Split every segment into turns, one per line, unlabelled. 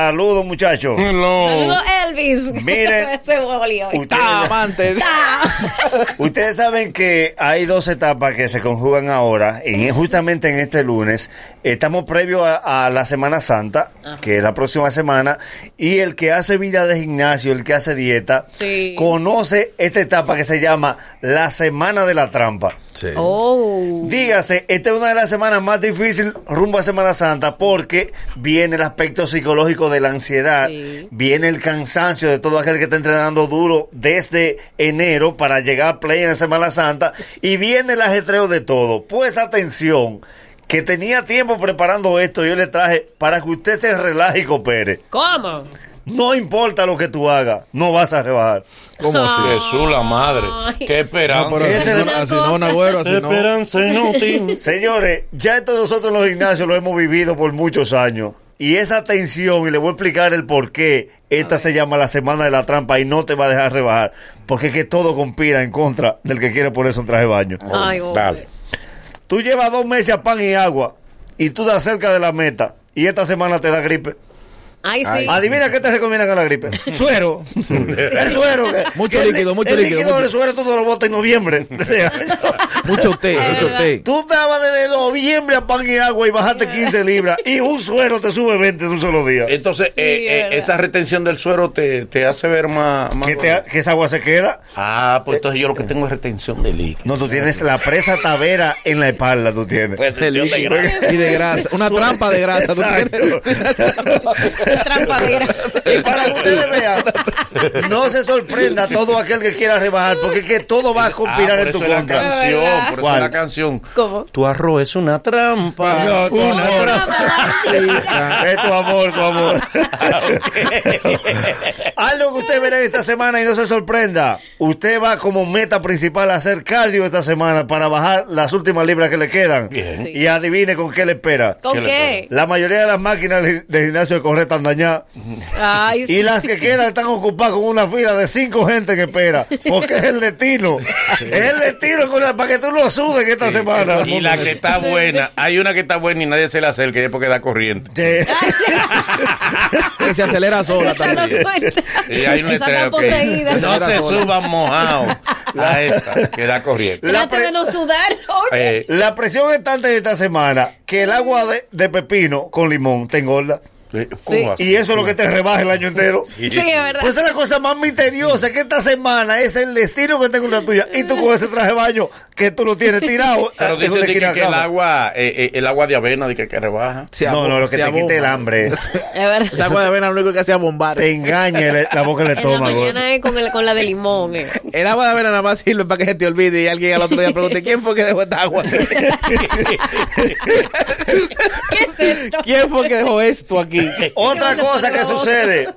Saludos, muchachos.
Hello.
Saludos, Elvis.
Miren.
Ese boli hoy.
Ustedes,
amante.
Ah.
ustedes saben que hay dos etapas que se conjugan ahora, en, justamente en este lunes. Estamos previo a, a la Semana Santa, que es la próxima semana, y el que hace vida de gimnasio, el que hace dieta,
Sí.
conoce esta etapa que se llama la Semana de la Trampa.
Sí.
Oh.
Dígase, esta es una de las semanas más difíciles rumbo a Semana Santa porque viene el aspecto psicológico de la ansiedad,
Sí.
viene el cansancio de todo aquel que está entrenando duro desde enero para llegar a play en Semana Santa y viene el ajetreo de todo. Pues atención, que tenía tiempo preparando esto, yo le traje para que usted se relaje y coopere.
¿Cómo?
No importa lo que tú hagas, no vas a rebajar.
¿Cómo así?
Jesús la madre.
Ay.
Qué esperanza.
No, pero
Esa
así,
es
no,
una
así Ah, no,
cosa.
Nagüero, así no.
inútil.
Señores, ya esto nosotros en los gimnasios lo hemos vivido por muchos años. Y esa tensión, y le voy a explicar el por qué, esta se llama la semana de la trampa y no te va a dejar rebajar. Porque es que todo conspira en contra del que quiere ponerse un traje de baño.
Ay, hombre.
Oh, Dale.
Tú llevas dos meses a pan y agua y tú estás cerca de la meta y esta semana te da gripe.
Ay, sí.
Adivina qué te recomiendan a la gripe. Suero. el suero. que-
Mucho
que el-
líquido, mucho
el
líquido, mucho-
del suero tú te lo botas en noviembre. de año.
Mucho té, mucho té.
Tú estabas desde noviembre a pan y agua y bajaste 15 libras y un suero te sube 20 en un solo día.
Entonces, eh, eh,
verdad.
esa retención del suero te, te hace ver más. más
Que, te- que esa agua se queda.
Ah, pues entonces yo lo que tengo es retención de líquido.
No, tú tienes la presa tavera en la espalda, tú tienes.
Retención de
líquido.
grasa.
Y de grasa. Una trampa de grasa. ¿Tú tienes?
Pues, Exacto.
Qué trampadera.
Y para que ustedes vean, no se sorprenda todo aquel que quiera rebajar, porque es que todo va a
Ah,
conspirar
por
en tu
eso es la
contra.
canción,
¿Verdad?
por eso
¿Cuál?
es la canción.
¿Cómo?
Tu arroz es una trampa.
No, tu
una
amor.
Chica.
Es tu amor, tu amor. Algo que usted verá esta semana y no se sorprenda. Usted va como meta principal a hacer cardio esta semana para bajar las últimas libras que le quedan.
Bien.
Y adivine con qué le espera.
¿Con
¿Qué le
qué?
La mayoría de las máquinas de gimnasio de correr están dañadas
Ay, sí.
y las que quedan están ocupadas con una fila de cinco gente que espera. Porque es el destino. Es el destino con la- para que tú lo sudes esta semana.
Y la que está buena, hay una que está buena y nadie se la acerca, y es porque da corriente.
Sí.
Que se acelera sola
Esa no
también.
cuenta.
Y hay una
Esa
estrella,
tan
ok.
poseída.
No se suban mojados a esa que da corriente.
La
Trata
pre-
de no sudar. Oye.
Eh,
La presión es tanta de esta semana que el agua de, de pepino con limón te engorda.
eh, ¿cómo así?
Y eso es lo que te rebaja el año entero.
Sí, es verdad.
Pues esa es la cosa más misteriosa que esta semana es el destino que tengo la tuya. Y tú con ese traje de baño que tú lo tienes tirado.
Pero
eh, en
dice
una
de que,
esquina de
que el
cama.
agua, eh, eh, el agua de avena, de que, que rebaja.
Se
No, no,
abom-
lo que te
se
quite
abomba.
el hambre es-
Es verdad.
La agua de avena lo único que hacía bombar.
te engaña el- la boca del
En la
estómago.
mañana es con, el, con la de limón. eh.
El agua de avena nada más sirve para que se te olvide y alguien al otro día pregunte quién fue que dejó esta agua.
¿Qué es esto?
¿Quién fue que dejó esto aquí?
Otra
¿Qué vas
cosa
a
que
poner la boca?
sucede,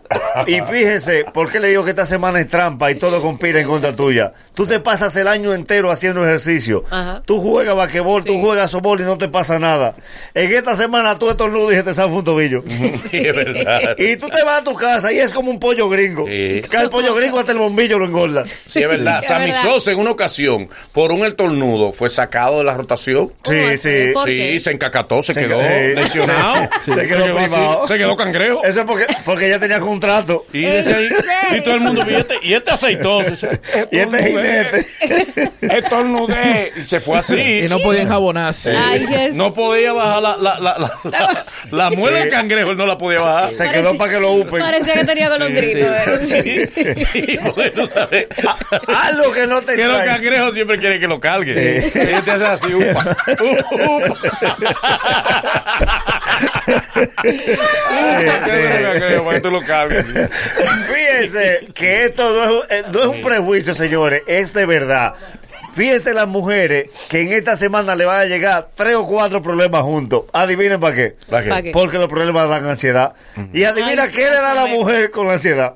y fíjese, ¿por qué le digo que esta semana es trampa y todo conspira en contra tuya? Tú te pasas el año entero haciendo ejercicio.
Ajá.
Tú juegas basquetbol, tú
Sí.
juegas softball y no te pasa nada. En esta semana tú estornudas y se te zafas un tobillo.
Sí, es verdad.
Y tú te vas a tu casa y es como un pollo gringo.
Sí.
Que el pollo gringo hasta el bombillo lo engorda.
Sí, es verdad.
Sí, es
Sammy
verdad.
Sosa en una ocasión, por un estornudo, fue sacado de la rotación.
¿Cómo
Sí,
así?
sí.
¿Por
sí,
qué?
se encacató, se,
Se
quedó
enca- sí.
lesionado.
Sí. Se quedó
así,
privado.
se quedó cangrejo.
Eso es porque, porque ya tenía contrato.
Y,
¿En
ese ahí-
serio?
y todo el mundo, y este, y este aceitoso. ese-
Y este jinete.
Estornudé. Y se fue así.
Y no podían jabonarse.
Ay, Jesús.
No podía bajar la, la, la, la, la- la muela del cangrejo, él no la podía bajar.
Se quedó para que lo upen.
Parecía que tenía golondrino. eh.
Sí, sí, porque tú sabes.
Algo que no te
Que los
trae.
cangrejos siempre quieren que lo cargue. Y te hace así, upa, upa. tú lo cargues.
Fíjense que esto no es, eh, no es un prejuicio, señores, es de verdad. Fíjense las mujeres que en esta semana le van a llegar tres o cuatro problemas juntos. Adivinen para qué.
¿Para qué?
¿Para qué?
Porque los problemas dan ansiedad. Y adivina
Ay,
qué le da a la
exactamente.
mujer con la ansiedad.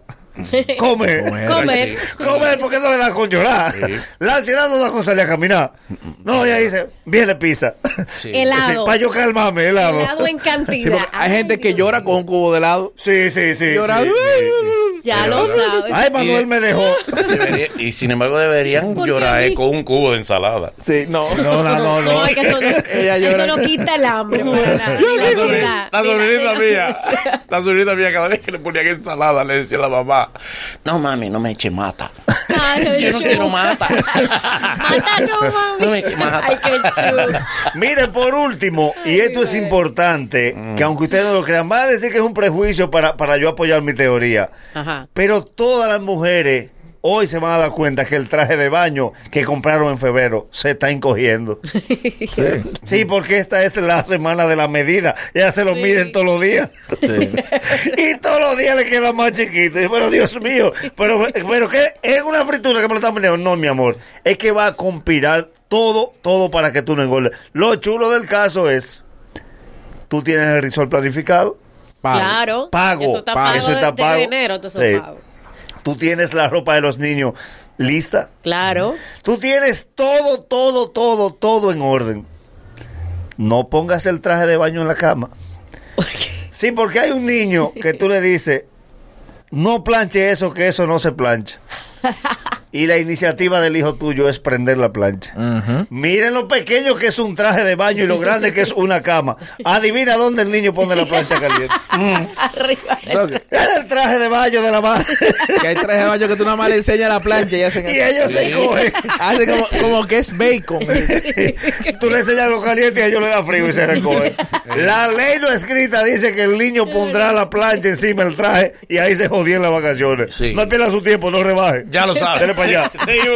Comer.
Comer.
Comer porque no le da con llorar. La ansiedad no da con salir a caminar. No, ella dice, viene pizza.
Helado.
para yo calmarme, helado.
Helado en
Sí,
cantidad.
porque hay gente que llora con un cubo de helado.
Sí, sí, sí.
Llora.
sí, sí.
Yo Ya lo sabes.
Ay, Manuel
Y-
me dejó.
Se vería- y sin embargo deberían
¿Por qué
llorar
a
eh,
mí?
con un cubo de ensalada.
Sí, no.
No, no, no,
No,
no.
es que eso, no-
Ella
eso
llora.
no quita el hambre para nada. ni
La
la
sobrina,
ansiedad,
la
ni la
sobrina
ansiedad.
mía, la sobrina mía cada vez que le ponían ensalada le decía a la mamá, no mami, no me eche mata.
Ay, qué
Yo no
chulo.
quiero mata.
Mata no, mami.
No me quieres matar.
Ay, qué chulo.
Mire, por último, y esto es importante, que aunque ustedes no lo crean, va a decir que es un prejuicio para, para yo apoyar mi teoría.
Ajá.
Pero todas las mujeres hoy se van a dar cuenta que el traje de baño que compraron en febrero se está encogiendo. Sí, porque esta es la semana de la medida. Ya se lo
Sí.
miden todos los días.
Sí.
Y todos los días le queda más chiquito. Y, Pero Dios mío, pero, pero que es una fritura que me lo están vendiendo. No, mi amor, es que va a compilar todo, todo para que tú no engordes. Lo chulo del caso es, tú tienes el risol planificado,
Pago.
Claro.
Pago,
Eso está
pago.
pago.
Eso está
de- de
pago.
enero, entonces
Sí.
pago.
tú tienes la ropa de los niños lista,
Claro.
tú tienes todo, todo, todo, todo en orden. No pongas el traje de baño en la cama.
Porque-
Sí, porque hay un niño que tú le dices, no planche eso, que eso no se plancha. Y la iniciativa del hijo tuyo es prender la plancha.
Ujú.
Miren lo pequeño que es un traje de baño y lo grande que es una cama. Adivina dónde el niño pone la plancha caliente.
Arriba.
Ok.
Es el traje de baño de la madre.
Que hay trajes de baño que tú nada más le enseñas la plancha y hacen.
Y ellos se cogen.
Hace como, como que es bacon.
Tú le enseñas lo caliente y a ellos le da frío y se recogen. La ley no escrita dice que el niño pondrá la plancha encima del traje y ahí se jodían las vacaciones.
Sí.
No pierda su tiempo, no rebaje.
Ya lo sabes.
Dele para allá.
Sí,